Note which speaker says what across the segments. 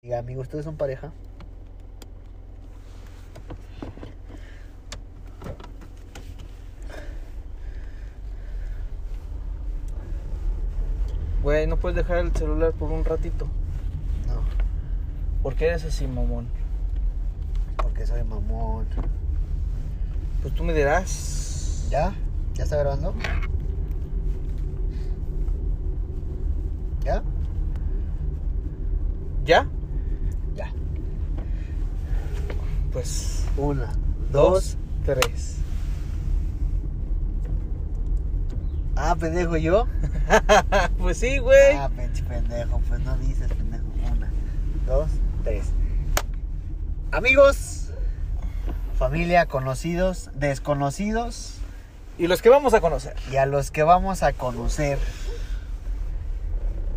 Speaker 1: Diga, amigo, ¿ustedes son pareja?
Speaker 2: Güey, no puedes dejar el celular por un ratito.
Speaker 1: No,
Speaker 2: ¿Por qué eres así, mamón?
Speaker 1: porque soy mamón.
Speaker 2: Pues tú me dirás.
Speaker 1: ¿Ya? ¿Ya está grabando? ¿Ya?
Speaker 2: ¿Ya?
Speaker 1: Ya.
Speaker 2: Pues.
Speaker 1: Una,
Speaker 2: Dos,
Speaker 1: dos.
Speaker 2: tres.
Speaker 1: Ah, pendejo, ¿yo?
Speaker 2: pues sí, güey.
Speaker 1: Ah, pinche pendejo, pues no dices pendejo. Una, dos, tres. Amigos, familia, conocidos, desconocidos
Speaker 2: Y los que vamos a conocer.
Speaker 1: y a los que vamos a conocer,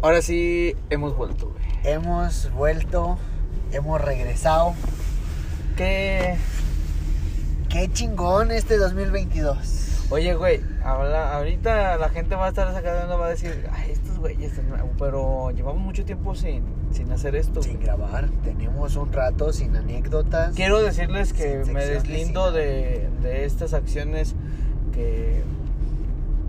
Speaker 2: Ahora sí hemos vuelto, güey.
Speaker 1: hemos vuelto, hemos regresado.
Speaker 2: ¿Qué?
Speaker 1: Qué chingón este 2022.
Speaker 2: Oye, güey, habla- ahorita la gente va a estar sacando, va a decir, ay, estos güeyes, están nuevos", pero llevamos mucho tiempo sin, sin hacer esto.
Speaker 1: Sin
Speaker 2: güey.
Speaker 1: grabar, tenemos un rato sin anécdotas.
Speaker 2: Quiero decirles que
Speaker 1: Sin
Speaker 2: me
Speaker 1: secciones,
Speaker 2: deslindo
Speaker 1: sin nada.
Speaker 2: de, de estas acciones que...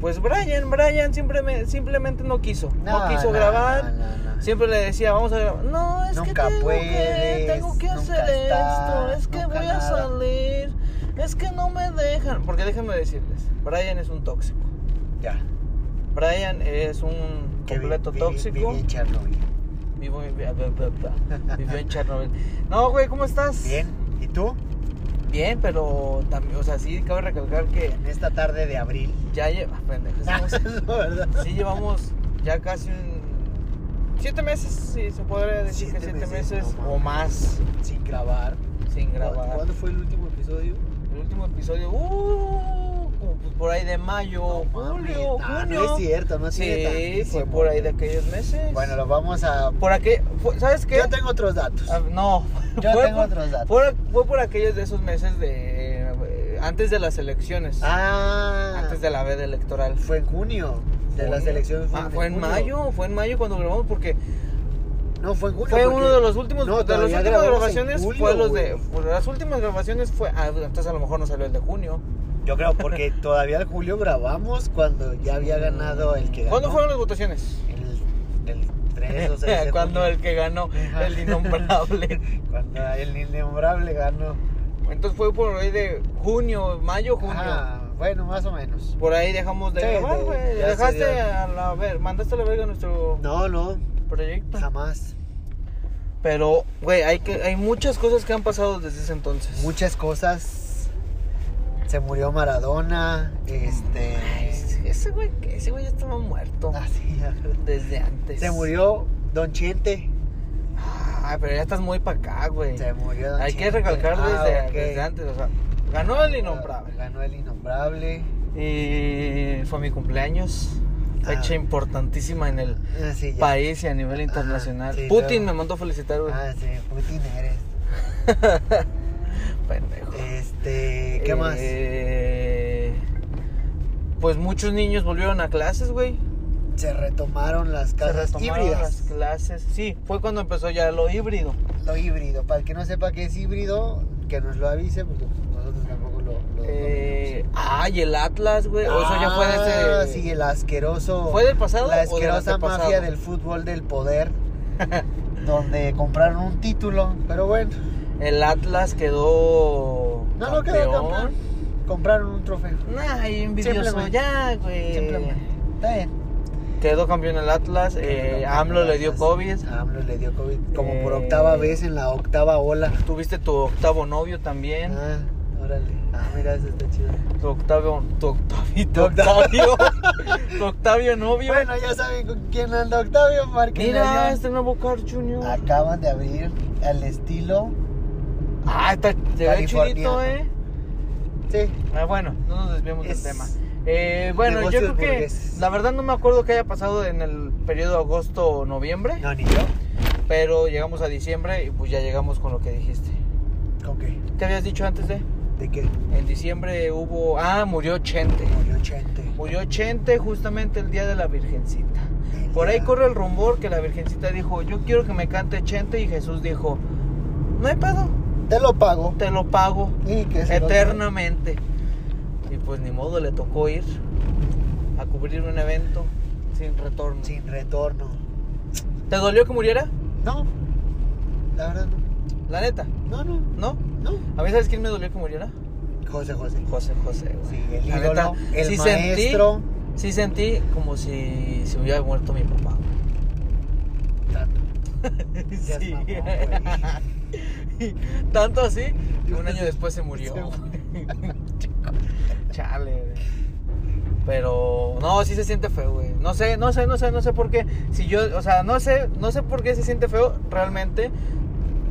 Speaker 2: Pues Brian, Brian siempre me- simplemente no quiso. No, quiso grabar.
Speaker 1: no, no.
Speaker 2: Siempre le decía, vamos a grabar. No, es que
Speaker 1: Nunca
Speaker 2: tengo que,
Speaker 1: puedes,
Speaker 2: tengo que
Speaker 1: nunca
Speaker 2: hacer esto.
Speaker 1: estás,
Speaker 2: Es que voy
Speaker 1: nunca
Speaker 2: a
Speaker 1: nada.
Speaker 2: salir. Es que no me dejan. Porque déjenme decirles, Brian es un tóxico.
Speaker 1: Ya.
Speaker 2: Brian es un
Speaker 1: que vi-
Speaker 2: completo
Speaker 1: vi-
Speaker 2: tóxico.
Speaker 1: Viví en Chernobyl.
Speaker 2: Vivo en- bla, bla, bla, bla. Vivió en Chernobyl. No, güey, ¿cómo estás?
Speaker 1: Bien, ¿y tú?
Speaker 2: Bien, pero también, o sea, sí cabe recalcar que
Speaker 1: En esta tarde de abril.
Speaker 2: ya ah, lleva, pendejo, estamos-
Speaker 1: La verdad.
Speaker 2: sí llevamos ya casi un... Siete meses, sí, se podría decir que
Speaker 1: Siete
Speaker 2: siete
Speaker 1: meses,
Speaker 2: meses
Speaker 1: no
Speaker 2: o más
Speaker 1: Sin grabar.
Speaker 2: sin grabar.
Speaker 1: ¿Cuándo fue el último episodio?
Speaker 2: El último episodio, uh, como pues por ahí de
Speaker 1: No
Speaker 2: mayo,
Speaker 1: mames, Ah,
Speaker 2: julio,
Speaker 1: no,
Speaker 2: junio.
Speaker 1: No es cierto, no es cierto.
Speaker 2: sí,
Speaker 1: Hijo
Speaker 2: fue
Speaker 1: de
Speaker 2: por ahí de
Speaker 1: madre.
Speaker 2: aquellos meses.
Speaker 1: Bueno, lo vamos a.
Speaker 2: por aquí, fue- ¿sabes qué?
Speaker 1: Yo tengo otros datos.
Speaker 2: Ah, no,
Speaker 1: Yo
Speaker 2: fue,
Speaker 1: tengo
Speaker 2: por,
Speaker 1: otros datos.
Speaker 2: fue- fue por aquellos de esos meses de... eh, antes de las elecciones.
Speaker 1: Ah.
Speaker 2: Antes de la veda electoral.
Speaker 1: Fue en junio. De las
Speaker 2: Junio.
Speaker 1: elecciones
Speaker 2: Ah, fue en
Speaker 1: junio.
Speaker 2: mayo, fue en mayo cuando grabamos porque
Speaker 1: No, fue en junio.
Speaker 2: fue
Speaker 1: porque-
Speaker 2: uno de los últimos
Speaker 1: No,
Speaker 2: de las
Speaker 1: todavía
Speaker 2: últimas
Speaker 1: grabamos
Speaker 2: grabaciones
Speaker 1: en julio,
Speaker 2: fue los de
Speaker 1: güey.
Speaker 2: por las últimas grabaciones fue ah, entonces a lo mejor no salió el de junio.
Speaker 1: Yo creo, porque todavía en julio grabamos cuando ya había ganado el que ganó.
Speaker 2: ¿Cuándo fueron las votaciones?
Speaker 1: El, el 3 o 6 de
Speaker 2: cuando
Speaker 1: julio.
Speaker 2: el que ganó
Speaker 1: Ajá.
Speaker 2: el innombrable.
Speaker 1: Cuando el innombrable ganó.
Speaker 2: Entonces fue por ahí de junio, mayo, junio.
Speaker 1: Ah, bueno, más o menos.
Speaker 2: Por ahí dejamos de
Speaker 1: Sí,
Speaker 2: grabar,
Speaker 1: de-
Speaker 2: güey.
Speaker 1: ya se
Speaker 2: Dejaste
Speaker 1: dio.
Speaker 2: a la ver, mandaste a la verga nuestro
Speaker 1: No, no,
Speaker 2: proyecto.
Speaker 1: jamás.
Speaker 2: Pero, güey, hay que hay muchas cosas que han pasado desde ese entonces.
Speaker 1: Muchas cosas. Se murió Maradona. Este.
Speaker 2: Ay, ese güey, ese güey ya estaba muerto
Speaker 1: Ah, sí, la verdad.
Speaker 2: desde antes.
Speaker 1: Se murió Don Chente.
Speaker 2: Ay, pero ya estás muy para acá, güey.
Speaker 1: Se murió Don
Speaker 2: Hay
Speaker 1: Chente.
Speaker 2: que recalcar
Speaker 1: Ah,
Speaker 2: desde,
Speaker 1: ok. Ah,
Speaker 2: desde antes, o sea, ganó el innombrable.
Speaker 1: Ganó el innombrable.
Speaker 2: Y fue mi cumpleaños, fecha
Speaker 1: Ah.
Speaker 2: importantísima en el
Speaker 1: Ah, sí, ya. Ah,
Speaker 2: país y a nivel internacional.
Speaker 1: sí,
Speaker 2: Putin
Speaker 1: luego.
Speaker 2: me mandó a felicitar, güey.
Speaker 1: Ah, sí, Putin eres.
Speaker 2: Pendejo.
Speaker 1: Este, ¿qué más?
Speaker 2: Eh, Pues muchos niños volvieron a clases, güey.
Speaker 1: Se retomaron las
Speaker 2: Se
Speaker 1: casas
Speaker 2: retomaron las
Speaker 1: híbridas.
Speaker 2: clases. Sí, fue cuando empezó ya lo híbrido.
Speaker 1: Lo híbrido. Para el que no sepa qué es híbrido, que nos lo avise, porque nosotros tampoco lo. lo
Speaker 2: Eh, ah, y el Atlas, güey. O eso ya fue
Speaker 1: Ah,
Speaker 2: desde.
Speaker 1: sí, el asqueroso.
Speaker 2: ¿Fue del pasado
Speaker 1: La
Speaker 2: o del
Speaker 1: asquerosa
Speaker 2: antepasado?
Speaker 1: mafia del fútbol del poder. donde compraron un título. Pero bueno,
Speaker 2: El Atlas quedó.
Speaker 1: no lo quedó campeón. Compraron un trofeo.
Speaker 2: Nah, y envidioso
Speaker 1: Simplemente.
Speaker 2: ya, güey.
Speaker 1: Simplemente. Está bien.
Speaker 2: Quedó campeón el Atlas. eh, AMLO le dio COVID.
Speaker 1: AMLO le dio COVID como por
Speaker 2: Eh,
Speaker 1: octava vez en la octava ola.
Speaker 2: Tuviste tu octavo novio también.
Speaker 1: Ah, órale. Ah, mira, eso está chido.
Speaker 2: Tu octavo. Tu octavio. Tu
Speaker 1: Tu octavo.
Speaker 2: octavio. tu octavio novio.
Speaker 1: Bueno, ya saben con quién anda Octavio Marquez.
Speaker 2: Mira este nuevo Car Junior.
Speaker 1: Acaban de abrir al estilo.
Speaker 2: Ah, está te ve chidito,
Speaker 1: Californiano.
Speaker 2: eh.
Speaker 1: Sí.
Speaker 2: Ah, bueno, no nos desviamos
Speaker 1: Es
Speaker 2: del tema. Eh, bueno, yo
Speaker 1: negocios
Speaker 2: creo que
Speaker 1: burgueses.
Speaker 2: la verdad no me acuerdo qué haya pasado en el periodo agosto o noviembre,
Speaker 1: No, ni yo.
Speaker 2: pero llegamos a diciembre y pues ya llegamos con lo que dijiste.
Speaker 1: ¿Con qué?
Speaker 2: ¿Qué habías dicho antes de?
Speaker 1: ¿De qué?
Speaker 2: En diciembre hubo, ah, murió Chente.
Speaker 1: Murió Chente.
Speaker 2: Murió Chente justamente el día de la Virgencita. Por ahí corre el rumor que la Virgencita dijo, yo quiero que me cante Chente y Jesús dijo, no hay pedo,
Speaker 1: Te lo pago.
Speaker 2: te lo pago
Speaker 1: Y que se lo-
Speaker 2: eternamente. Y pues ni modo, le tocó ir a cubrir un evento sin retorno.
Speaker 1: Sin retorno.
Speaker 2: ¿Te dolió que muriera?
Speaker 1: No. La verdad
Speaker 2: La neta,
Speaker 1: no. No, no.
Speaker 2: ¿no?
Speaker 1: No.
Speaker 2: A mí, ¿sabes quién me dolió que muriera?
Speaker 1: José José.
Speaker 2: José José, güey.
Speaker 1: Sí, el
Speaker 2: La
Speaker 1: ídolo,
Speaker 2: neta,
Speaker 1: el
Speaker 2: sí sentí-
Speaker 1: maestro.
Speaker 2: Sí sentí como si se hubiera muerto mi papá.
Speaker 1: Tanto. Seas
Speaker 2: Sí.
Speaker 1: mamón, güey.
Speaker 2: Tanto así que un año después se murió.
Speaker 1: Se
Speaker 2: Chale, güey. Pero no, sí se siente feo, güey. No sé, no sé, no sé, no sé por qué. Si yo, o sea, no sé, no sé por qué se siente feo realmente.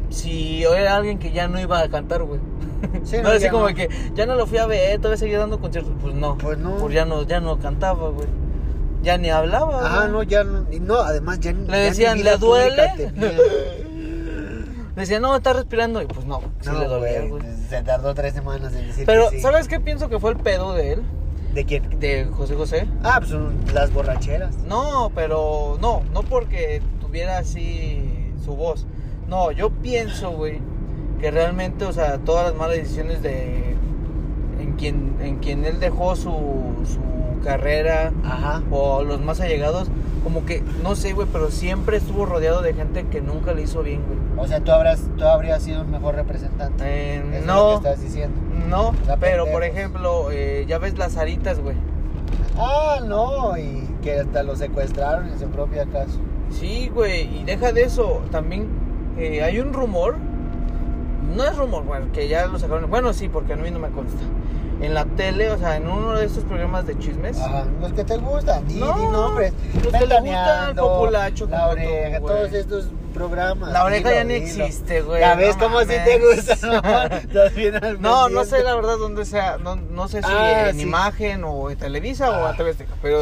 Speaker 2: Si yo era alguien que ya no iba a cantar, güey.
Speaker 1: Sí,
Speaker 2: no, así
Speaker 1: ya
Speaker 2: como
Speaker 1: no.
Speaker 2: que ya no lo fui a ver, todavía seguía dando conciertos. Pues no.
Speaker 1: Pues no.
Speaker 2: Pues ya no, ya no cantaba, güey. Ya ni hablaba.
Speaker 1: Ah,
Speaker 2: güey.
Speaker 1: no, ya no. y No, además ya
Speaker 2: Le decían, ¿le duele? Le decía, no, está respirando. Y pues no, sí le dolía, güey.
Speaker 1: Se tardó tres semanas en decir
Speaker 2: Pero,
Speaker 1: que sí.
Speaker 2: ¿sabes qué pienso que fue el pedo de él?
Speaker 1: ¿De quién?
Speaker 2: De José José.
Speaker 1: Ah, pues un- las borracheras.
Speaker 2: No, pero no, no porque tuviera así su voz. No, yo pienso, güey, que realmente, o sea, todas las malas decisiones de en quien en quien él dejó su su carrera
Speaker 1: Ajá.
Speaker 2: o los más allegados, como que no sé, güey, pero siempre estuvo rodeado de gente que nunca le hizo bien, güey.
Speaker 1: O sea, tú, habrás, tú habrías sido un mejor representante.
Speaker 2: Eh,
Speaker 1: Eso es lo
Speaker 2: no,
Speaker 1: que estás diciendo.
Speaker 2: no,
Speaker 1: sea,
Speaker 2: pero por
Speaker 1: pendejos.
Speaker 2: ejemplo, eh, ya ves las aritas, güey.
Speaker 1: Ah, no, y que hasta lo secuestraron en su propia casa.
Speaker 2: Sí, güey, y deja de eso. También eh, hay un rumor. No es rumor, bueno, que ya lo sacaron. Bueno, sí, porque a mí no me consta. En la tele, o sea, en uno de estos programas de chismes.
Speaker 1: Ajá, los que te gustan, di,
Speaker 2: No,
Speaker 1: di nombres.
Speaker 2: los que le gusta el
Speaker 1: Ventaneando,
Speaker 2: populacho
Speaker 1: La
Speaker 2: como
Speaker 1: oreja,
Speaker 2: tú, güey.
Speaker 1: todos estos programas.
Speaker 2: la oreja
Speaker 1: dilo,
Speaker 2: ya ni
Speaker 1: dilo.
Speaker 2: existe, güey.
Speaker 1: Ya ves
Speaker 2: no
Speaker 1: cómo si te
Speaker 2: mames.
Speaker 1: gusta, ¿no? Estás bien al
Speaker 2: No, no sé
Speaker 1: pendiente.
Speaker 2: la verdad dónde sea, no, no sé si
Speaker 1: Ah,
Speaker 2: en
Speaker 1: sí. Ah.
Speaker 2: imagen o en Televisa o a TV Azteca, pero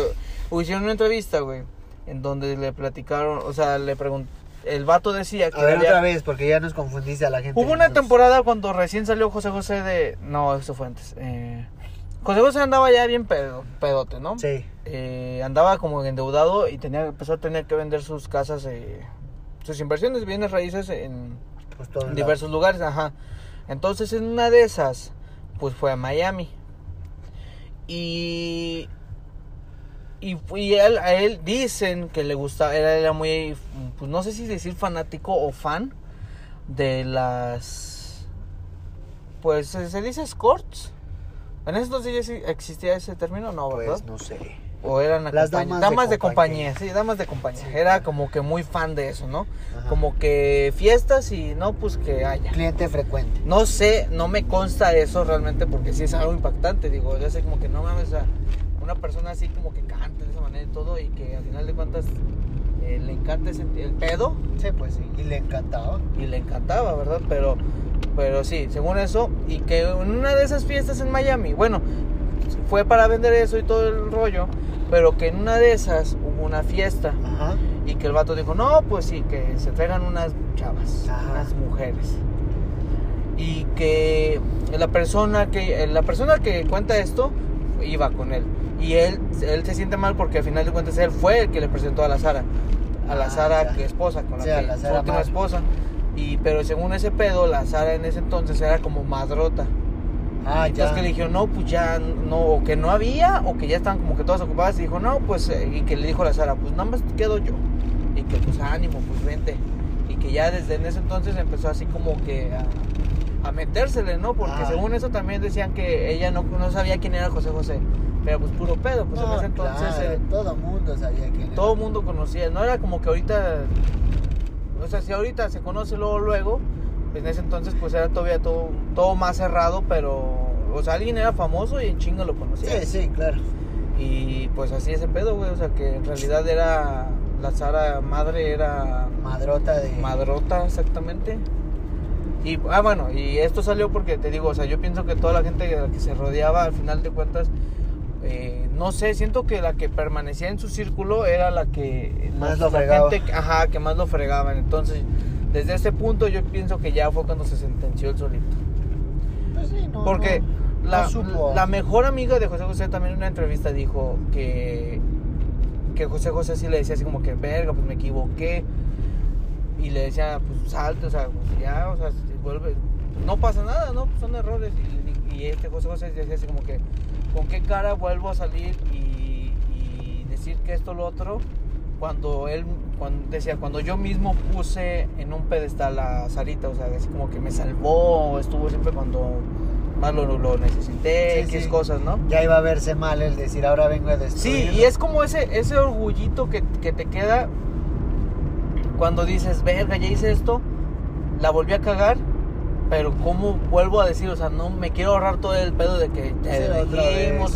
Speaker 2: hicieron una entrevista, güey, en donde le platicaron, o sea, le preguntó, el vato decía que
Speaker 1: A ver,
Speaker 2: había-
Speaker 1: otra vez, porque ya nos confundiste a la gente.
Speaker 2: Hubo una
Speaker 1: Nos-
Speaker 2: temporada cuando recién salió José José de. No, eso fue antes. eh, José José andaba ya bien pedo, pedote, ¿no?
Speaker 1: Sí.
Speaker 2: Eh, andaba como endeudado y tenía, empezó a tener que vender sus casas, eh, sus inversiones, bienes raíces en,
Speaker 1: Pues todo
Speaker 2: en diversos lugares, ajá. Entonces en una de esas, pues fue a Miami. Y. Y, y él- a él dicen que le gustaba, era, era muy, pues no sé si decir fanático o fan de las. Pues se se dice escorts. En esos entonces ya existía ese término, no, ¿verdad?
Speaker 1: Pues no sé.
Speaker 2: O eran
Speaker 1: Las
Speaker 2: acompañ-
Speaker 1: damas de
Speaker 2: de compañía.
Speaker 1: compañía.
Speaker 2: sí, damas de compañía.
Speaker 1: Sí,
Speaker 2: Era
Speaker 1: claro.
Speaker 2: como que muy fan de eso, ¿no?
Speaker 1: Ajá.
Speaker 2: Como que fiestas y no, pues que haya.
Speaker 1: Cliente frecuente.
Speaker 2: No sé, no me consta eso realmente porque sí es algo impactante. Digo, ya sé como que no mames, o sea, una persona así como que cante de esa manera y todo y que al final de cuentas eh, le encanta ese- el pedo
Speaker 1: Sí, pues sí. Y le encantaba.
Speaker 2: y le encantaba, ¿verdad? Pero, pero sí, según eso, y que en una de esas fiestas en Miami, bueno, fue para vender eso y todo el rollo, pero que en una de esas hubo una fiesta
Speaker 1: Ajá.
Speaker 2: y que el vato dijo, no, pues sí, que se traigan unas chavas,
Speaker 1: Ajá.
Speaker 2: unas mujeres. Y que la persona que, la persona que cuenta esto iba con él. Y él, él se siente mal porque al final de cuentas él fue el que le presentó a la Sara. A la
Speaker 1: Ah,
Speaker 2: Sara,
Speaker 1: ya.
Speaker 2: que esposa, con la
Speaker 1: Sí,
Speaker 2: que
Speaker 1: a la
Speaker 2: su
Speaker 1: Sara
Speaker 2: última
Speaker 1: Mar.
Speaker 2: esposa. Y, pero según ese pedo, la Sara en ese entonces era como madrota.
Speaker 1: Ah,
Speaker 2: Entonces
Speaker 1: ya.
Speaker 2: que le dijeron, no, pues ya no, o que no había, o que ya estaban como que todas ocupadas. Y dijo, no, pues, eh, y que le dijo a la Sara, pues nada más quedo yo. Y que pues ánimo, pues vente. Y que ya desde en ese entonces empezó así como que a, a metérsele, ¿no? Porque
Speaker 1: Ah.
Speaker 2: según eso también decían que ella no, no sabía quién era José José. Pero pues puro pedo, pues en
Speaker 1: No,
Speaker 2: ese entonces
Speaker 1: claro,
Speaker 2: eh,
Speaker 1: todo mundo sabía quién era.
Speaker 2: todo el mundo conocía. No era como que ahorita, o sea, si ahorita se conoce luego, luego, pues en ese entonces pues era todavía todo, todo más cerrado, pero, o sea, alguien era famoso y en chingo lo conocía.
Speaker 1: Sí, sí, claro.
Speaker 2: Y pues así ese pedo, güey, o sea, que en realidad era, la Sara madre era
Speaker 1: Madrota de.
Speaker 2: madrota exactamente. Y, ah, bueno, y esto salió porque te digo, o sea, yo pienso que toda la gente de la que se rodeaba, al final de cuentas, eh, no sé, siento que la que permanecía en su círculo era la que
Speaker 1: Más lo
Speaker 2: los- la
Speaker 1: fregaba.
Speaker 2: gente, que- ajá, que más lo fregaban. Entonces, desde ese punto yo pienso que ya fue cuando se sentenció el solito.
Speaker 1: Pues sí, no.
Speaker 2: Porque
Speaker 1: no,
Speaker 2: la,
Speaker 1: no supo.
Speaker 2: la mejor amiga de José José también en una entrevista dijo que que José José sí le decía así como que, verga, pues me equivoqué. Y le decía, pues salte, o sea, pues ya, o sea, si vuelve, no pasa nada, ¿no? Pues son errores. Y, y este José José decía así como que, ¿con qué cara vuelvo a salir y, y decir que esto lo otro? Cuando él cuando, decía, cuando yo mismo puse en un pedestal a Sarita, o sea, así como que me salvó, estuvo siempre cuando más lo, lo necesité,
Speaker 1: Sí,
Speaker 2: X
Speaker 1: sí.
Speaker 2: cosas, ¿no?
Speaker 1: Ya iba a verse mal el decir, ahora vengo a
Speaker 2: Sí,
Speaker 1: destruir.
Speaker 2: y es como ese, ese orgullito que, que te queda cuando dices, verga, ya hice esto, la volví a cagar, pero ¿cómo vuelvo a decir? O sea, no me quiero ahorrar todo el pedo de que
Speaker 1: Sí,
Speaker 2: te
Speaker 1: otra
Speaker 2: dijimos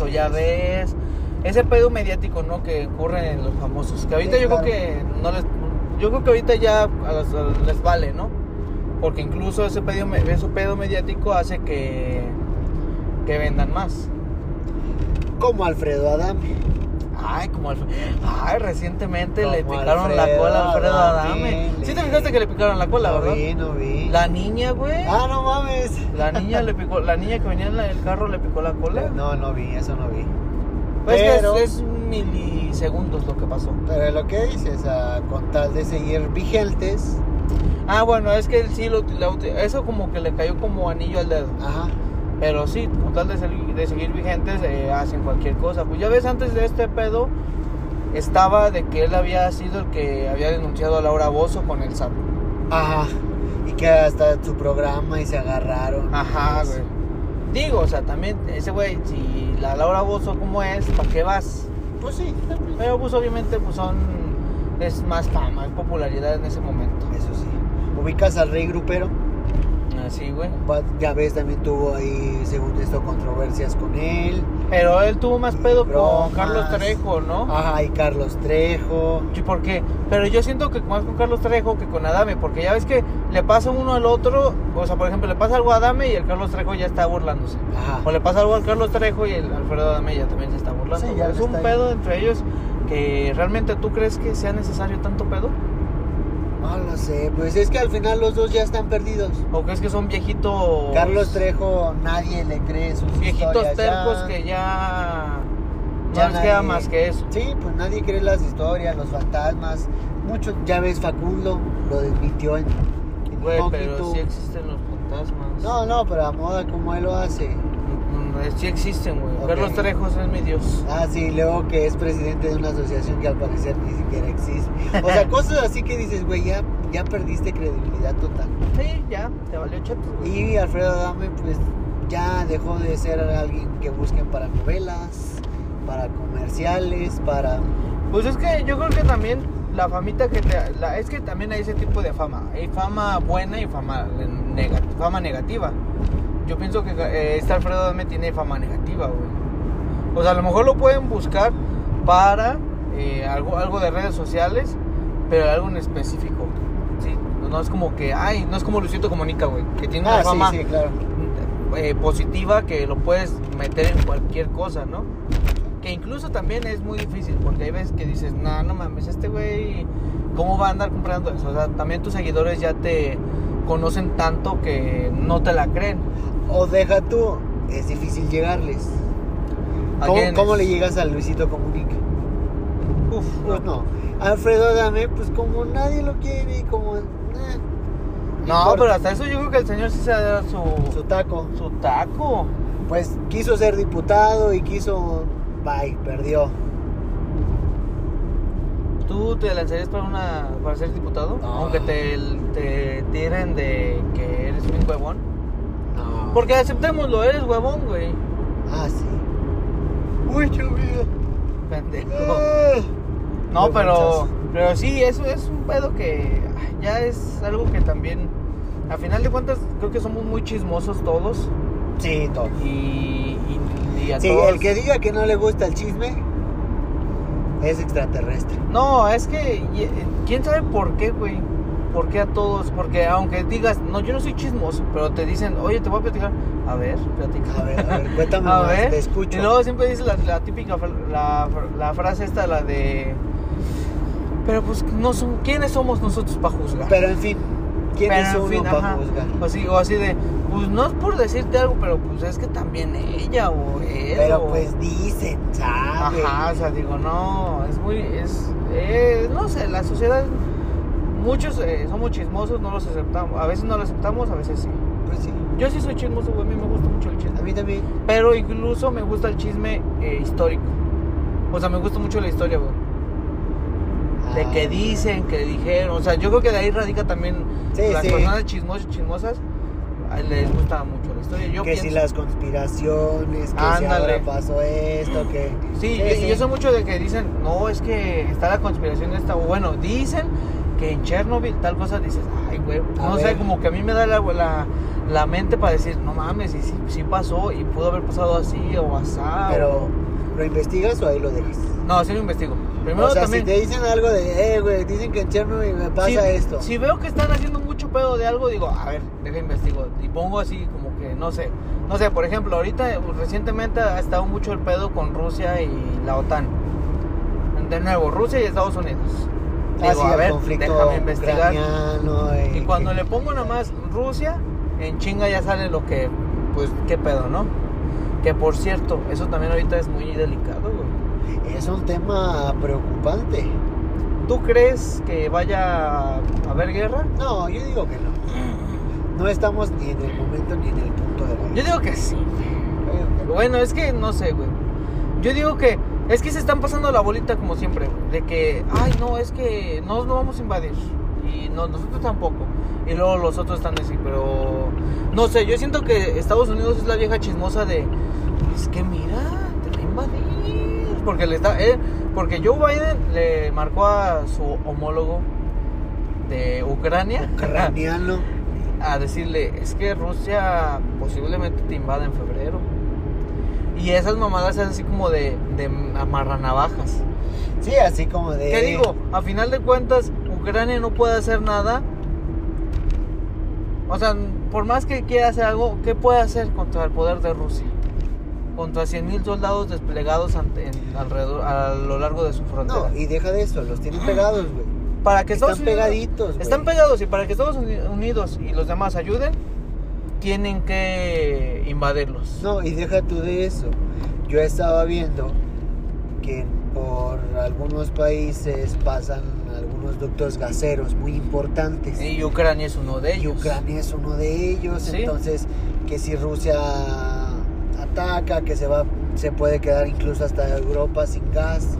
Speaker 1: vez,
Speaker 2: o ya
Speaker 1: sí.
Speaker 2: ves. Ese pedo mediático, ¿no? Que ocurre en los famosos. Que ahorita
Speaker 1: Sí,
Speaker 2: yo
Speaker 1: claro.
Speaker 2: creo que no les... Yo creo que ahorita ya a los- a los- les vale, ¿no? Porque incluso ese pedo, me- ese pedo mediático hace que, que vendan más.
Speaker 1: Como Alfredo Adame.
Speaker 2: Ay, como Alfredo. Ay, recientemente le
Speaker 1: Como
Speaker 2: picaron la
Speaker 1: Alfredo
Speaker 2: cola a Alfredo
Speaker 1: Adame,
Speaker 2: Adame.
Speaker 1: le-
Speaker 2: Sí te fijaste que le picaron Pues, la cola,
Speaker 1: no
Speaker 2: ¿verdad?
Speaker 1: vi, no vi.
Speaker 2: La niña, güey.
Speaker 1: Ah, no mames.
Speaker 2: La niña le picó, la niña que venía en la- el carro le picó la cola.
Speaker 1: No, no vi, eso no vi.
Speaker 2: pues que es-
Speaker 1: pero-
Speaker 2: es, milisegundos lo que pasó.
Speaker 1: Pero lo que dices, ah, con tal de seguir vigentes,
Speaker 2: Ah, bueno, es que él sí lo, la uti- eso como que le cayó como anillo al dedo.
Speaker 1: ajá,
Speaker 2: Pero sí, con tal de, sel- de seguir vigentes, eh, hacen cualquier cosa. Pues ya ves, antes de este pedo, estaba de que él había sido el que había denunciado a Laura Bozo con el sapo.
Speaker 1: ajá. Y que hasta su programa y se agarraron.
Speaker 2: Ajá,
Speaker 1: Pues,
Speaker 2: güey. Digo, o sea, también ese güey, si la Laura Bozo como es, ¿para qué vas?
Speaker 1: Pues sí, también.
Speaker 2: Pero pues obviamente pues son es más fama, es popularidad en ese momento.
Speaker 1: Eso sí. Ubicas al rey grupero.
Speaker 2: Así, Ah, güey.
Speaker 1: Va- Ya ves, también tuvo ahí, según esto, controversias con él.
Speaker 2: Pero él tuvo más pedo
Speaker 1: Bromas.
Speaker 2: con Carlos Trejo, ¿no?
Speaker 1: Ajá, y Carlos Trejo.
Speaker 2: ¿Y por qué? Pero yo siento que más con Carlos Trejo que con Adame, porque ya ves que le pasa uno al otro, o sea, por ejemplo, le pasa algo a Adame y el Carlos Trejo ya está burlándose.
Speaker 1: Ajá.
Speaker 2: O le pasa algo al Carlos Trejo y el Alfredo Adame ya también se está burlando.
Speaker 1: Sí, ya
Speaker 2: es
Speaker 1: le
Speaker 2: un
Speaker 1: está-
Speaker 2: pedo entre ellos que realmente tú crees que sea necesario tanto pedo.
Speaker 1: No lo sé, pues es que al final los dos ya están perdidos.
Speaker 2: ¿O crees que son viejitos...
Speaker 1: Carlos Trejo, nadie le cree sus
Speaker 2: Viejitos
Speaker 1: historias
Speaker 2: tercos
Speaker 1: ya.
Speaker 2: que ya... No
Speaker 1: Ya
Speaker 2: les queda
Speaker 1: nadie-
Speaker 2: más que eso.
Speaker 1: Sí, pues nadie cree las historias, los fantasmas. Muchos, ya ves, Facundo lo desmintió en. en
Speaker 2: Güey, pero
Speaker 1: incógnito.
Speaker 2: sí existen los fantasmas.
Speaker 1: No, no, pero a moda como él lo hace.
Speaker 2: Mm, mm, Sí existen, güey.
Speaker 1: Ok.
Speaker 2: Carlos Trejo es mi dios.
Speaker 1: Ah, sí, luego que es presidente de una asociación que al parecer ni siquiera existe. O sea, cosas así que dices, güey, ya, ya perdiste credibilidad total.
Speaker 2: Sí, ya, te valió chetos, güey.
Speaker 1: Y Alfredo Adame, pues ya dejó de ser alguien que busquen para novelas, para comerciales, para.
Speaker 2: Pues es que yo creo que también la famita que te... la- es que también hay ese tipo de fama. Hay fama buena y fama, nega- fama negativa. Yo pienso que eh, este Alfredo Adame tiene fama negativa, güey. O sea, a lo mejor lo pueden buscar para eh, algo, algo de redes sociales, pero algo en específico. Sí, no, no es como que... Ay, no es como Luisito Comunica, güey. Que tiene una
Speaker 1: Ah,
Speaker 2: fama
Speaker 1: sí, sí, claro.
Speaker 2: eh, positiva que lo puedes meter en cualquier cosa, ¿no? Que incluso también es muy difícil, porque hay veces que dices, nah, no mames, este güey, ¿cómo va a andar comprando eso? O sea, también tus seguidores ya te conocen tanto que no te la creen.
Speaker 1: O deja tú, es difícil llegarles.
Speaker 2: ¿A
Speaker 1: ¿Cómo,
Speaker 2: quiénes?
Speaker 1: cómo le llegas a Luisito Comunica?
Speaker 2: Uf,
Speaker 1: Pues no. Alfredo Adame, pues como nadie lo quiere y como. eh,
Speaker 2: No,
Speaker 1: importa.
Speaker 2: pero hasta eso yo creo que el señor sí se da
Speaker 1: Su
Speaker 2: su,
Speaker 1: taco.
Speaker 2: su taco.
Speaker 1: Pues quiso ser diputado y quiso. Bye, perdió.
Speaker 2: ¿Tú te lanzarías para, una, para ser diputado?
Speaker 1: No.
Speaker 2: Aunque te, te tiren de que eres un huevón.
Speaker 1: No.
Speaker 2: Porque aceptémoslo, eres huevón, güey.
Speaker 1: Ah, sí. Uy, chuvido.
Speaker 2: Pendejo. No,
Speaker 1: Huevochazo.
Speaker 2: pero, pero sí, eso es un pedo que ay, ya es algo que también, a final de cuentas, creo que somos muy chismosos todos.
Speaker 1: Sí, todo.
Speaker 2: Y, y, y a
Speaker 1: Sí,
Speaker 2: todos.
Speaker 1: el que diga que no le gusta el chisme es extraterrestre.
Speaker 2: No, es que, y- eh, ¿quién sabe por qué, güey? ¿Por qué a todos? Porque aunque digas, no, yo no soy chismoso, pero te dicen, oye, te voy a platicar. A ver, platica.
Speaker 1: A ver, a ver, cuéntame
Speaker 2: A
Speaker 1: más,
Speaker 2: ver,
Speaker 1: te escucho.
Speaker 2: Y luego siempre dice la, la típica, fr- la, la frase esta, la de... Pero pues, no son, ¿quiénes somos nosotros para juzgar?
Speaker 1: Pero en fin, ¿Quién
Speaker 2: Pero,
Speaker 1: es
Speaker 2: en
Speaker 1: uno
Speaker 2: fin,
Speaker 1: para
Speaker 2: ajá.
Speaker 1: juzgar?
Speaker 2: O sí, o así de, pues no es por decirte algo, pero pues es que también ella o él.
Speaker 1: Pero
Speaker 2: o-
Speaker 1: pues dicen, ¿sabes?
Speaker 2: Ajá, o sea, digo, no, es muy, es, es- no sé, la sociedad, muchos eh, somos chismosos, no los aceptamos, a veces no lo aceptamos, a veces sí.
Speaker 1: Pues sí.
Speaker 2: Yo sí soy chismoso, güey, a mí me gusta mucho el
Speaker 1: A
Speaker 2: chisme,
Speaker 1: mí también.
Speaker 2: pero incluso me gusta el chisme eh, histórico, o sea, me gusta mucho la historia, güey, de
Speaker 1: Ah,
Speaker 2: que dicen, que dijeron, o sea, yo creo que de ahí radica también
Speaker 1: Sí,
Speaker 2: las
Speaker 1: sí.
Speaker 2: personas chismosas, chismosas, a- les gusta mucho la historia, yo
Speaker 1: que
Speaker 2: pienso...
Speaker 1: si las conspiraciones, que si
Speaker 2: Ándale.
Speaker 1: ahora pasó esto, que.
Speaker 2: Sí,
Speaker 1: Sí,
Speaker 2: y-
Speaker 1: sí.
Speaker 2: y eso mucho de que dicen, no, es que está la conspiración esta, o bueno, dicen que en Chernobyl tal cosa, dices, ay, güey,
Speaker 1: A
Speaker 2: no sé,
Speaker 1: ver.
Speaker 2: como que a mí me da la, la, la mente para decir, no mames, y sí, sí pasó, y pudo haber pasado así, o asá, o-
Speaker 1: Pero, ¿lo investigas o ahí lo dejas?
Speaker 2: No, así lo investigo. Primero
Speaker 1: o sea,
Speaker 2: también...
Speaker 1: si te dicen algo de, eh, güey, dicen que en Chernobyl me pasa
Speaker 2: si,
Speaker 1: esto.
Speaker 2: si veo que están haciendo mucho pedo de algo, digo, a ver, deja investigo. Y pongo así como que, no sé. No sé, por ejemplo, ahorita eh, recientemente ha estado mucho el pedo con Rusia y la OTAN. De nuevo, Rusia y Estados Unidos.
Speaker 1: Ah, sí,
Speaker 2: Digo, a
Speaker 1: el
Speaker 2: ver,
Speaker 1: conflicto
Speaker 2: déjame investigar.
Speaker 1: ucraniano. eh,
Speaker 2: Y cuando
Speaker 1: que-
Speaker 2: le pongo nada más Rusia, en chinga ya sale lo que, pues, qué pedo, ¿no? Que por cierto, eso también ahorita es muy delicado, güey.
Speaker 1: Es un tema preocupante.
Speaker 2: ¿Tú crees que vaya a haber guerra?
Speaker 1: No, yo digo que no. No estamos ni en el momento ni en el punto de la
Speaker 2: Yo digo que sí.
Speaker 1: Creo que no.
Speaker 2: Bueno, es que no sé, güey. Yo digo que es que se están pasando la bolita como siempre, güey, de que, ay, no, es que no no vamos a invadir y no nosotros tampoco. Y luego los otros están así, pero no sé, yo siento que Estados Unidos es la vieja chismosa de es que mira, te va a invadir porque le está eh, porque Joe Biden le marcó a su homólogo de Ucrania
Speaker 1: Ucraniano.
Speaker 2: a decirle, es que Rusia posiblemente te invada en febrero. Y esas mamadas es así como de, de amarranavajas.
Speaker 1: Sí, así como de.
Speaker 2: ¿Qué digo? A final de cuentas, Ucrania no puede hacer nada. O sea, por más que quiera hacer algo, ¿qué puede hacer contra el poder de Rusia? Contra 100.000 soldados desplegados ante- en- alrededor, a lo largo de su frontera.
Speaker 1: No, y deja de eso, los tienen pegados, güey.
Speaker 2: para que
Speaker 1: Están
Speaker 2: Estados Unidos-
Speaker 1: pegaditos. güey.
Speaker 2: Están pegados y para que Estados Uni- Unidos y los demás ayuden, tienen que invadirlos.
Speaker 1: No, y deja tú de eso. Yo estaba viendo que por algunos países pasan algunos ductos gaseros muy importantes.
Speaker 2: Y Ucrania es uno de
Speaker 1: Y
Speaker 2: ellos.
Speaker 1: Ucrania es uno de ellos,
Speaker 2: Sí.
Speaker 1: entonces que si Rusia ataca, que se va, se puede quedar incluso hasta Europa sin gas,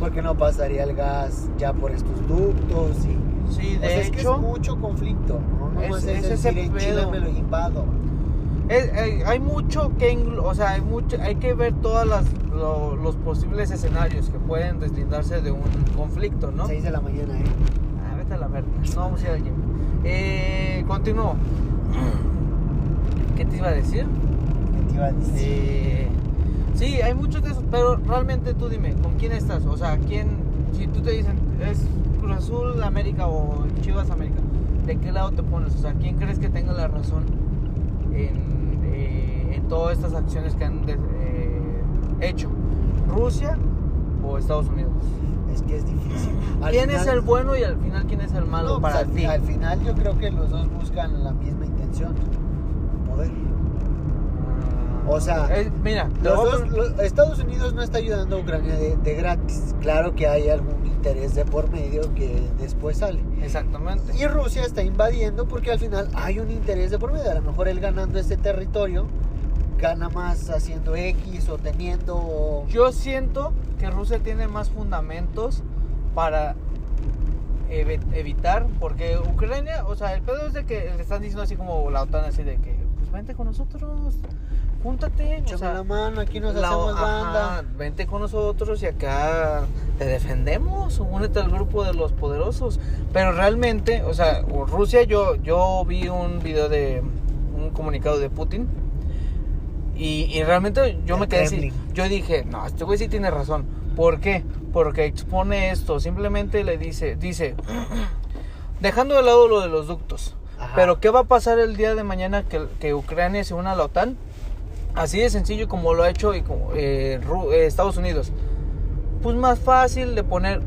Speaker 1: porque no pasaría el gas ya por estos ductos y O
Speaker 2: Sí,
Speaker 1: sea,
Speaker 2: de
Speaker 1: Pues es que es
Speaker 2: hecho,
Speaker 1: mucho conflicto, no
Speaker 2: Es-
Speaker 1: nomás es,
Speaker 2: es ese
Speaker 1: decir, en
Speaker 2: pedo.
Speaker 1: Chile me lo invado.
Speaker 2: es- hay- hay mucho que, englo- o sea, hay mucho, hay que ver todas las lo- los posibles escenarios que pueden deslindarse de un conflicto, ¿no?
Speaker 1: 6 de la mañana, eh.
Speaker 2: Ah, vete a la verga. No vamos a ir al gym. Eh, continúo. ¿Qué te iba a decir?
Speaker 1: ¿Qué te iba a decir?
Speaker 2: Eh, sí, hay muchos de esos, pero realmente tú dime, ¿con quién estás? O sea, ¿quién, si tú te dicen, es Cruz Azul América o Chivas América, ¿de qué lado te pones? O sea, ¿quién crees que tenga la razón en, eh, en todas estas acciones que han de- eh, hecho? ¿Rusia o Estados Unidos?
Speaker 1: Es que es difícil. Al
Speaker 2: ¿Quién es
Speaker 1: final-
Speaker 2: el bueno y al final quién es el malo
Speaker 1: No, pues,
Speaker 2: para
Speaker 1: al,
Speaker 2: ti?
Speaker 1: al final yo creo que los dos buscan la misma intención, poder. o sea,
Speaker 2: Eh, mira, te
Speaker 1: Los
Speaker 2: voy a
Speaker 1: dos-
Speaker 2: poner-
Speaker 1: lo- Estados Unidos no está ayudando a Ucrania de, de gratis. Claro que hay algún interés de por medio que después sale.
Speaker 2: exactamente.
Speaker 1: Y Rusia está invadiendo porque al final hay un interés de por medio. A lo mejor él ganando este territorio gana más haciendo X o teniendo. o-
Speaker 2: Yo siento que Rusia tiene más fundamentos para evi- evitar, porque Ucrania, o sea, el pedo es de que le están diciendo así como la OTAN, así de que, pues vente con nosotros, júntate, o
Speaker 1: Échame
Speaker 2: sea,
Speaker 1: la mano, aquí nos
Speaker 2: la-
Speaker 1: hacemos
Speaker 2: ajá,
Speaker 1: banda.
Speaker 2: vente con nosotros y acá te defendemos, únete al grupo de los poderosos. Pero realmente, o sea, Rusia, yo, yo vi un video de un comunicado de Putin y, y realmente yo
Speaker 1: El
Speaker 2: me quedé así.
Speaker 1: Kremlin.
Speaker 2: Yo dije, no, este güey sí tiene razón. ¿Por qué? Porque expone esto, simplemente le dice, dice, dejando de lado lo de los ductos.
Speaker 1: Ajá.
Speaker 2: Pero ¿qué va a pasar el día de mañana que, que Ucrania se una a la OTAN? Así de sencillo como lo ha hecho y como, eh, Ru- eh, Estados Unidos. Pues más fácil de poner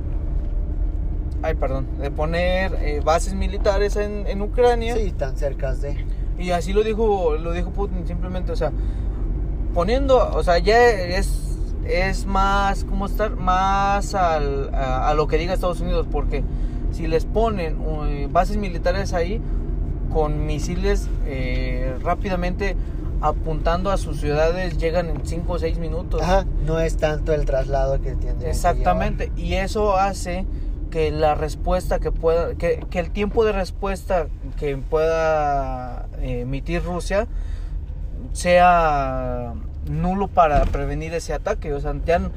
Speaker 2: ay, perdón, de poner eh, bases militares en, en Ucrania.
Speaker 1: Sí, tan cerca de.
Speaker 2: Y así lo dijo, lo dijo Putin, simplemente, o sea, poniendo, o sea, ya es, es más, ¿cómo estar? Más al, a, a lo que diga Estados Unidos, porque si les ponen eh, bases militares ahí con misiles eh, rápidamente apuntando a sus ciudades, llegan en 5 o 6 minutos.
Speaker 1: Ajá, no es tanto el traslado que tiene.
Speaker 2: Exactamente, y eso hace que la respuesta que pueda, que, que el tiempo de respuesta que pueda eh, emitir Rusia sea nulo para prevenir ese ataque. O sea, ya n-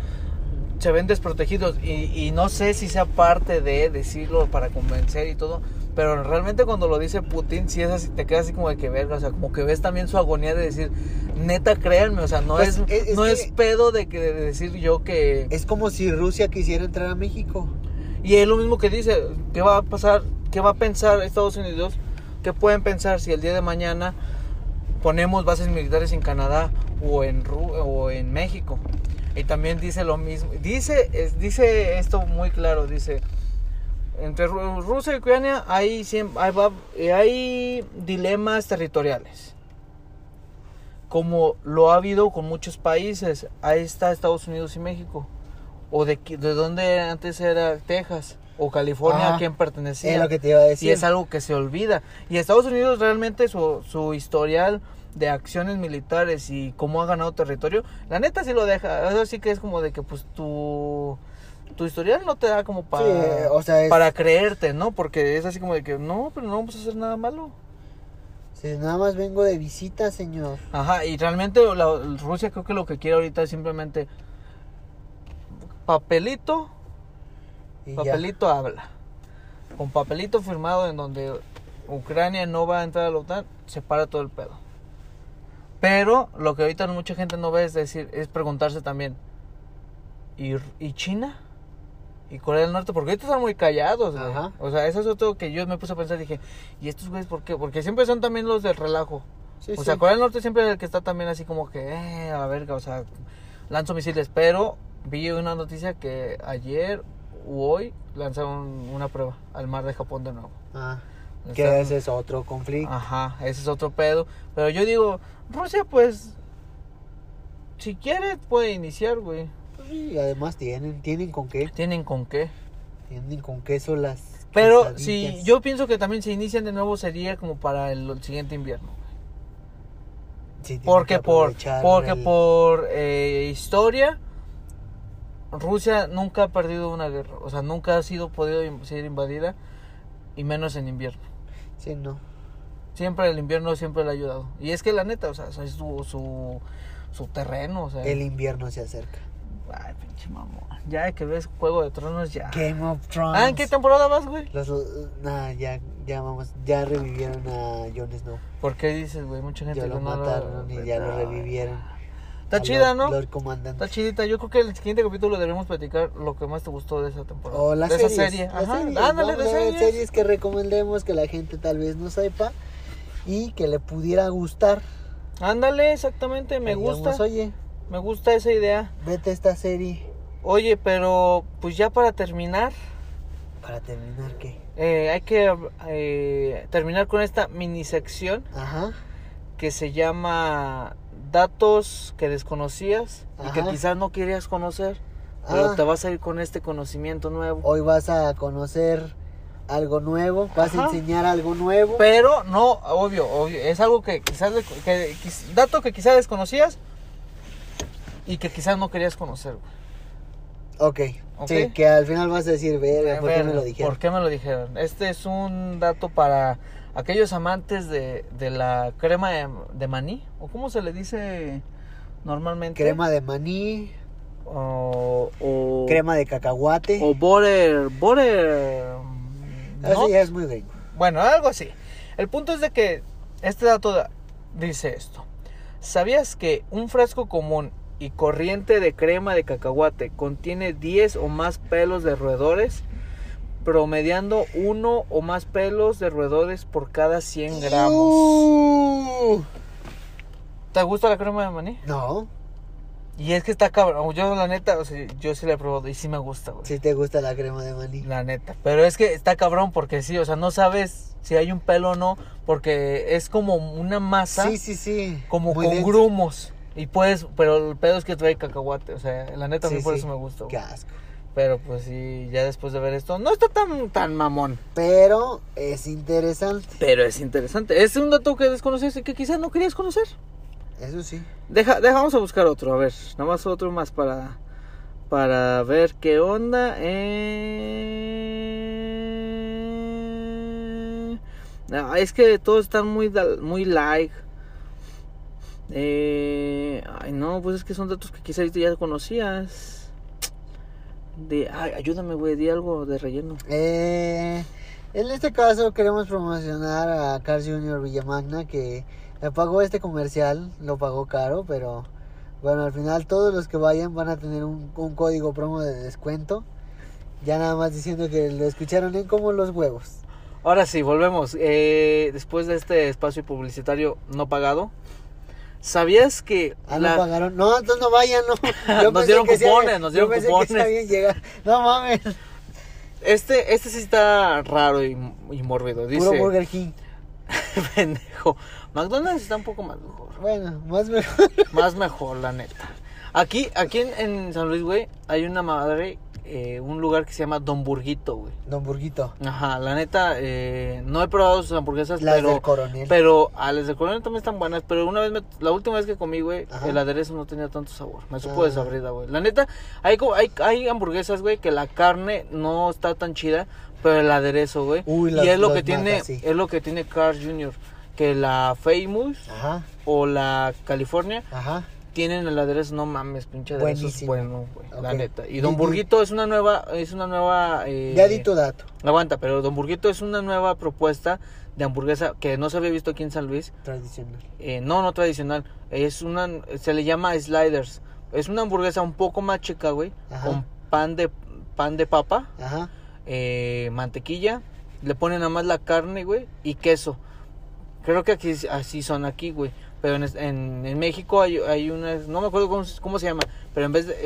Speaker 2: se ven desprotegidos y, y no sé si sea parte de decirlo para convencer y todo, pero realmente cuando lo dice Putin, si es así, te quedas así como de que verga, o sea, como que ves también su agonía de decir, neta, créanme, o sea, no
Speaker 1: Pues,
Speaker 2: es,
Speaker 1: es- es
Speaker 2: no
Speaker 1: que-
Speaker 2: es pedo de, que, de decir yo que...
Speaker 1: Es como si Rusia quisiera entrar a México.
Speaker 2: Y es lo mismo que dice, ¿qué va a pasar? ¿Qué va a pensar Estados Unidos? ¿Qué pueden pensar si el día de mañana ponemos bases militares en Canadá o en Ru- o en México? Y también dice lo mismo, dice es- dice esto muy claro, dice entre Ru- Rusia y Ucrania hay siem- hay, va- eh, hay dilemas territoriales. Como lo ha habido con muchos países, ahí está Estados Unidos y México o de, qui- de dónde antes era Texas o California
Speaker 1: Ajá.
Speaker 2: a quién pertenecía.
Speaker 1: Es Ah, lo que te iba a decir.
Speaker 2: Y es algo que se olvida. Y Estados Unidos realmente su, su historial de acciones militares y cómo ha ganado territorio, la neta sí lo deja. Eso sí que es como de que pues tu, tu historial no te da como para,
Speaker 1: Sí, o sea, es-
Speaker 2: para creerte, ¿no? Porque es así como de que no, pero no vamos a hacer nada malo.
Speaker 1: Si nada más vengo de visita, señor.
Speaker 2: Ajá, y realmente la- Rusia creo que lo que quiere ahorita es simplemente papelito
Speaker 1: Y ya.
Speaker 2: Papelito habla. Con papelito firmado en donde Ucrania no va a entrar a la OTAN, se para todo el pedo. Pero lo que ahorita mucha gente no ve es decir, es preguntarse también. ¿Y, y China? ¿Y Corea del Norte? Porque ahorita están muy callados, güey.
Speaker 1: Ajá.
Speaker 2: O sea, eso es otro que yo me puse a pensar dije, ¿y estos güeyes por qué? Porque siempre son también los del relajo.
Speaker 1: Sí,
Speaker 2: o
Speaker 1: sí.
Speaker 2: sea, Corea del Norte siempre es el que está también así como que, eh, a la verga, o sea, lanzo misiles. Pero vi una noticia que ayer u hoy lanzaron una prueba al mar de Japón de nuevo.
Speaker 1: Ah, que
Speaker 2: Están-
Speaker 1: ese es otro conflicto.
Speaker 2: Ajá, ese es otro pedo. Pero yo digo, Rusia, pues, si quiere, puede iniciar, güey.
Speaker 1: Y además tienen, tienen con qué.
Speaker 2: Tienen con qué.
Speaker 1: Tienen con qué son las.
Speaker 2: Pero
Speaker 1: quesadillas.
Speaker 2: si yo pienso que también si inician de nuevo sería como para el siguiente invierno.
Speaker 1: Sí, tienen
Speaker 2: Porque
Speaker 1: que
Speaker 2: por,
Speaker 1: aprovechar
Speaker 2: porque
Speaker 1: el-
Speaker 2: por eh, historia, Rusia nunca ha perdido una guerra. O sea, nunca ha sido podido in- ser invadida, y menos en invierno.
Speaker 1: Sí, no.
Speaker 2: Siempre el invierno siempre le ha ayudado. Y es que la neta, o sea, es su, su, su terreno. O sea,
Speaker 1: El invierno se acerca.
Speaker 2: Ay, pinche mamón. Ya que ves Juego de Tronos, ya.
Speaker 1: Game of Thrones.
Speaker 2: Ah, ¿en qué temporada vas, güey?
Speaker 1: Los, nah, ya, ya vamos, ya revivieron a Jon Snow.
Speaker 2: ¿Por qué dices, güey? Mucha gente
Speaker 1: Ya lo
Speaker 2: que no
Speaker 1: mataron y ya lo
Speaker 2: Ay.
Speaker 1: revivieron.
Speaker 2: Está
Speaker 1: A
Speaker 2: chida,
Speaker 1: Lord-
Speaker 2: ¿no?
Speaker 1: Lord Comandante.
Speaker 2: Está chidita, yo creo que en el siguiente capítulo debemos platicar lo que más te gustó de esa temporada.
Speaker 1: O Oh, las
Speaker 2: de
Speaker 1: series.
Speaker 2: esa serie.
Speaker 1: las
Speaker 2: Ajá,
Speaker 1: series.
Speaker 2: ándale,
Speaker 1: Vamos
Speaker 2: de
Speaker 1: a ver
Speaker 2: series.
Speaker 1: series que recomendemos que la gente tal vez no sepa y que le pudiera gustar.
Speaker 2: Ándale, exactamente, me
Speaker 1: Que digamos,
Speaker 2: gusta.
Speaker 1: Oye,
Speaker 2: Me gusta esa idea.
Speaker 1: vete esta serie
Speaker 2: Oye, pero pues ya para terminar,
Speaker 1: para terminar que.
Speaker 2: eh, hay que eh, terminar con esta mini sección
Speaker 1: Ajá.
Speaker 2: que se llama Datos que desconocías y que
Speaker 1: Ajá.
Speaker 2: quizás no querías conocer, pero
Speaker 1: Ah.
Speaker 2: te vas a ir con este conocimiento nuevo.
Speaker 1: Hoy vas a conocer algo nuevo, vas a
Speaker 2: Ajá.
Speaker 1: enseñar algo nuevo.
Speaker 2: Pero no, obvio, obvio, es algo que quizás, le- que, quiz- dato que quizás desconocías y que quizás no querías conocer. güey.
Speaker 1: Ok.
Speaker 2: Ok.
Speaker 1: Sí, que al final vas a decir, verga, ¿por qué
Speaker 2: Verga,
Speaker 1: me lo dijeron?
Speaker 2: ¿por qué me lo dijeron? Este es un dato para aquellos amantes de, de la crema de, de maní, o cómo se le dice normalmente.
Speaker 1: Crema de maní,
Speaker 2: O, o,
Speaker 1: crema de cacahuate.
Speaker 2: o butter, butter,
Speaker 1: Eso
Speaker 2: ¿no?
Speaker 1: ya es muy gringo.
Speaker 2: Bueno, algo así. El punto es de que este dato da- dice esto. ¿Sabías que un frasco común y corriente de crema de cacahuate contiene 10 o más pelos de roedores? Promediando uno o más pelos de roedores por cada 100 gramos.
Speaker 1: ¡Iu!
Speaker 2: ¿Te gusta la crema de maní?
Speaker 1: Uh. No,
Speaker 2: Y es que está cabrón. Yo, la neta, o sea, yo sí la he probado y sí me gusta, güey.
Speaker 1: Si te gusta la crema de maní.
Speaker 2: La neta. Pero es que está cabrón porque sí, o sea, no sabes si hay un pelo o no, porque es como una masa,
Speaker 1: Sí, sí, sí.
Speaker 2: como
Speaker 1: Muy
Speaker 2: con
Speaker 1: denso.
Speaker 2: grumos. Y puedes, pero el pedo es que trae cacahuate, o sea, la neta, a mí
Speaker 1: Sí,
Speaker 2: por
Speaker 1: sí.
Speaker 2: eso me gusta. güey.
Speaker 1: Qué asco.
Speaker 2: Pero pues sí, ya después de ver esto, no está tan, tan mamón.
Speaker 1: Pero es interesante.
Speaker 2: Pero es interesante. Es un dato que desconociste que quizás no querías conocer.
Speaker 1: Eso sí.
Speaker 2: Deja, deja, vamos a buscar otro, a ver, nada más otro más para, para ver qué onda. eh. Ah, es que todos están muy, dal- muy like. Eh, ay, no, pues es que son datos que quizás tú ya conocías. De, ay, ayúdame, güey, di algo de relleno.
Speaker 1: Eh, en este caso queremos promocionar a Carl Jr. Villamagna que le pagó este comercial, lo pagó caro, pero bueno, al final todos los que vayan van a tener un, un código promo de descuento. Ya nada más diciendo que lo escucharon en como los huevos.
Speaker 2: Ahora sí, volvemos. Eh, después de este espacio publicitario no pagado, ¿sabías que
Speaker 1: Ah, no
Speaker 2: la-
Speaker 1: pagaron. No, entonces no vayan, no.
Speaker 2: Nos
Speaker 1: pensé
Speaker 2: dieron
Speaker 1: que sí
Speaker 2: cupones,
Speaker 1: había-
Speaker 2: nos
Speaker 1: yo
Speaker 2: dieron
Speaker 1: pensé que
Speaker 2: cupones.
Speaker 1: sí habían llegado. No mames.
Speaker 2: Este, este sí está raro y, y mórbido. Dice,
Speaker 1: Puro Burger King.
Speaker 2: pendejo. McDonald's está un poco más mejor.
Speaker 1: Bueno, más mejor.
Speaker 2: Más mejor, la neta. Aquí, aquí en, en San Luis, güey, hay una madre, eh, un lugar que se llama Don Burguito, güey.
Speaker 1: Don Burguito.
Speaker 2: Ajá, la neta, eh, no he probado sus hamburguesas,
Speaker 1: Las del
Speaker 2: pero...
Speaker 1: coronel.
Speaker 2: Pero a las de coronel también están buenas, pero una vez me- la última vez que comí, güey,
Speaker 1: Ajá.
Speaker 2: el aderezo no tenía tanto sabor. Me supo
Speaker 1: Ah.
Speaker 2: desabrida, güey. La neta, hay, co- hay, hay hamburguesas, güey, que la carne no está tan chida, pero el aderezo, güey.
Speaker 1: Uy,
Speaker 2: y
Speaker 1: las-
Speaker 2: es lo
Speaker 1: los
Speaker 2: que tiene,
Speaker 1: mata, sí.
Speaker 2: es lo que tiene Carl Jr. Que la Famous
Speaker 1: Ajá,
Speaker 2: o la California
Speaker 1: ajá.
Speaker 2: tienen el aderezo, no mames, pinche aderezo es
Speaker 1: Buenísimo.
Speaker 2: bueno, güey. La
Speaker 1: Ok.
Speaker 2: neta. Y
Speaker 1: Di-
Speaker 2: Don
Speaker 1: di-
Speaker 2: Burguito es una nueva, es una nueva eh,
Speaker 1: Ya di tu dato.
Speaker 2: Aguanta, pero Don Burguito es una nueva propuesta de hamburguesa que no se había visto aquí en San Luis.
Speaker 1: Tradicional.
Speaker 2: Eh, no, no tradicional. Es una, se le llama sliders. Es una hamburguesa un poco más chica, güey.
Speaker 1: Ajá.
Speaker 2: Con pan de, pan de papa,
Speaker 1: Ajá.
Speaker 2: eh, mantequilla. Le ponen nada más la carne, güey, y queso. Creo que aquí, así son aquí, güey. Pero en, es- en- en México hay, hay unas, no me acuerdo cómo, se- cómo se llama, pero en vez de,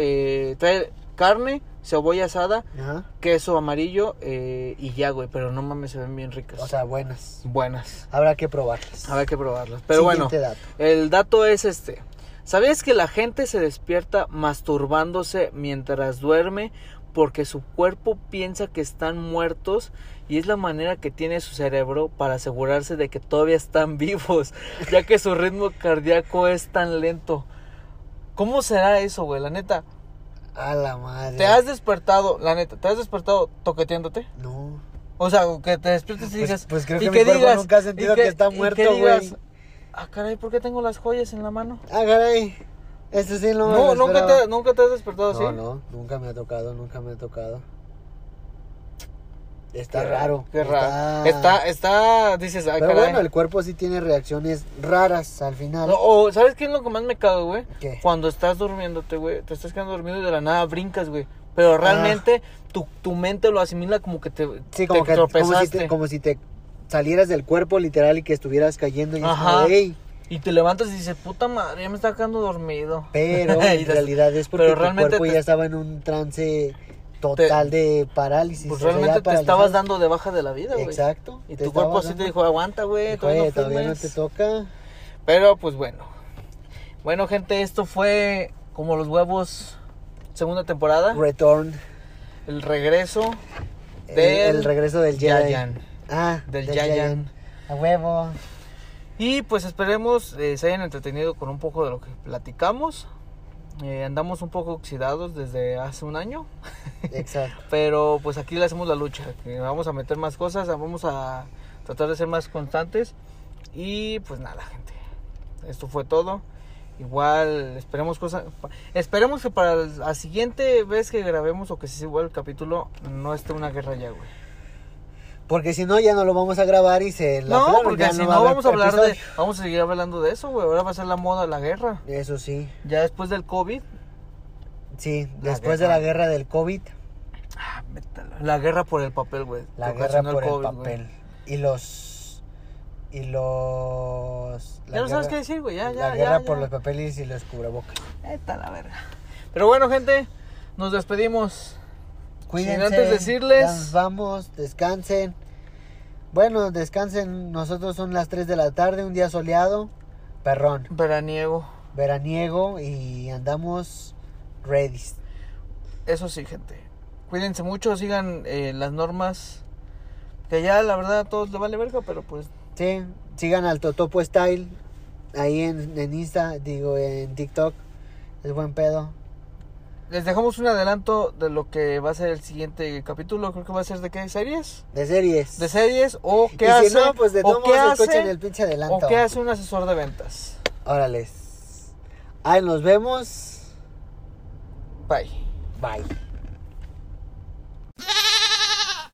Speaker 2: eh, trae carne, cebolla asada,
Speaker 1: Ajá.
Speaker 2: queso amarillo eh, y ya, güey. Pero no mames, se ven bien ricas.
Speaker 1: O sea, buenas.
Speaker 2: buenas.
Speaker 1: Habrá que probarlas.
Speaker 2: Habrá que probarlas. Pero bueno,
Speaker 1: Siguiente dato.
Speaker 2: el dato es este. ¿Sabías que la gente se despierta masturbándose mientras duerme porque su cuerpo piensa que están muertos y es la manera que tiene su cerebro para asegurarse de que todavía están vivos, ya que su ritmo cardíaco es tan lento? ¿Cómo será eso, güey? La neta,
Speaker 1: A la madre.
Speaker 2: ¿te has despertado, la neta, te has despertado toqueteándote?
Speaker 1: No.
Speaker 2: O sea, que te despiertes y
Speaker 1: Pues-
Speaker 2: digas.
Speaker 1: pues creo
Speaker 2: y
Speaker 1: que mi cuerpo nunca ha sentido que está
Speaker 2: y
Speaker 1: muerto,
Speaker 2: digas,
Speaker 1: güey.
Speaker 2: Ah, caray, ¿por qué tengo las joyas en la mano?
Speaker 1: Ah, caray. Esto sí no me
Speaker 2: No,
Speaker 1: lo
Speaker 2: nunca,
Speaker 1: esperaba.
Speaker 2: te, nunca te has despertado
Speaker 1: No,
Speaker 2: así.
Speaker 1: no, nunca me ha tocado, nunca me ha tocado. Está
Speaker 2: Qué
Speaker 1: raro.
Speaker 2: Qué raro. Está, está, dices, ah,
Speaker 1: Pero
Speaker 2: caray.
Speaker 1: bueno, el cuerpo sí tiene reacciones raras al final.
Speaker 2: No, o, ¿sabes qué es lo que más me cago, güey?
Speaker 1: ¿Qué?
Speaker 2: Cuando estás durmiéndote, güey, te estás quedando dormido y de la nada brincas, güey.
Speaker 1: Ah.
Speaker 2: Pero realmente tu, tu mente lo asimila como que te,
Speaker 1: Sí,
Speaker 2: te
Speaker 1: como que como si,
Speaker 2: tropezaste.
Speaker 1: te, como si te salieras del cuerpo literal y que estuvieras cayendo y es
Speaker 2: Ajá.
Speaker 1: como, "Ey".
Speaker 2: Y te levantas y dices, puta madre, ya me está quedando dormido.
Speaker 1: pero
Speaker 2: Y
Speaker 1: en
Speaker 2: das-
Speaker 1: realidad es porque
Speaker 2: pero
Speaker 1: tu
Speaker 2: realmente
Speaker 1: cuerpo
Speaker 2: te-
Speaker 1: ya estaba en un trance total de parálisis.
Speaker 2: Pues
Speaker 1: o sea, ya
Speaker 2: realmente te
Speaker 1: paralizado.
Speaker 2: estabas dando de baja de la vida, güey.
Speaker 1: Exacto.
Speaker 2: Y
Speaker 1: te
Speaker 2: tu cuerpo
Speaker 1: estabas
Speaker 2: así te
Speaker 1: dando-
Speaker 2: dijo, aguanta, güey,
Speaker 1: Dijo,
Speaker 2: todavía,
Speaker 1: "Oye,
Speaker 2: no
Speaker 1: todavía no
Speaker 2: firmes".
Speaker 1: te toca.
Speaker 2: Pero pues bueno. Bueno, gente, esto fue como los huevos, segunda temporada.
Speaker 1: Return.
Speaker 2: el regreso
Speaker 1: El,
Speaker 2: Del
Speaker 1: el regreso del Jedi.
Speaker 2: Yayan,
Speaker 1: Ah,
Speaker 2: del Yayan.
Speaker 1: A huevo.
Speaker 2: Y pues esperemos eh, se hayan entretenido con un poco de lo que platicamos. Eh, andamos un poco oxidados desde hace un año,
Speaker 1: Exacto.
Speaker 2: pero pues aquí le hacemos la lucha. que vamos a meter más cosas, vamos a tratar de ser más constantes. Y pues nada, gente. Esto fue todo. Igual esperemos cosas. Esperemos que para la siguiente vez que grabemos o que se suba el capítulo no esté una guerra ya, güey.
Speaker 1: Porque si no, ya no lo vamos a grabar y se la
Speaker 2: No,
Speaker 1: clavan,
Speaker 2: porque
Speaker 1: ya
Speaker 2: si
Speaker 1: va
Speaker 2: no
Speaker 1: haber
Speaker 2: vamos a hablar de,
Speaker 1: episodio.
Speaker 2: vamos a seguir hablando de eso, güey. Ahora va a ser la moda, la guerra.
Speaker 1: Eso sí.
Speaker 2: Ya después del COVID,
Speaker 1: Sí,
Speaker 2: La
Speaker 1: después
Speaker 2: guerra.
Speaker 1: de la guerra del COVID,
Speaker 2: ah, métalo, la guerra por el papel, güey.
Speaker 1: la
Speaker 2: que
Speaker 1: guerra
Speaker 2: ocasionó
Speaker 1: por el
Speaker 2: COVID, güey.
Speaker 1: papel. Y los y los... la
Speaker 2: Ya no sabes
Speaker 1: guerra-
Speaker 2: qué decir, güey. Ya, ya,
Speaker 1: La
Speaker 2: ya,
Speaker 1: guerra
Speaker 2: ya.
Speaker 1: por los papeles y los cubrebocas.
Speaker 2: Está la verga. Pero bueno, gente, nos despedimos.
Speaker 1: Cuídense.
Speaker 2: antes
Speaker 1: ya
Speaker 2: decirles-
Speaker 1: nos vamos, descansen. Bueno, descansen. Nosotros son las 3 de la tarde, un día soleado, perrón,
Speaker 2: Veraniego.
Speaker 1: veraniego y andamos ready.
Speaker 2: Eso sí, gente. Cuídense mucho, sigan eh, las normas. Que ya, la verdad, a todos le vale verga, pero pues.
Speaker 1: Sí, sigan al Totopo Style ahí en, en Insta, digo en TikTok. Es buen pedo.
Speaker 2: Les dejamos un adelanto de lo que va a ser el siguiente capítulo. Creo que va a ser de qué series.
Speaker 1: De series.
Speaker 2: De series o
Speaker 1: y
Speaker 2: qué
Speaker 1: si
Speaker 2: hace.
Speaker 1: no, pues de
Speaker 2: o
Speaker 1: todos
Speaker 2: qué
Speaker 1: modos escuchen
Speaker 2: hace,
Speaker 1: el pinche
Speaker 2: o
Speaker 1: adelanto.
Speaker 2: qué hace un asesor de ventas.
Speaker 1: Órales. Ahí nos vemos.
Speaker 2: Bye.
Speaker 1: Bye.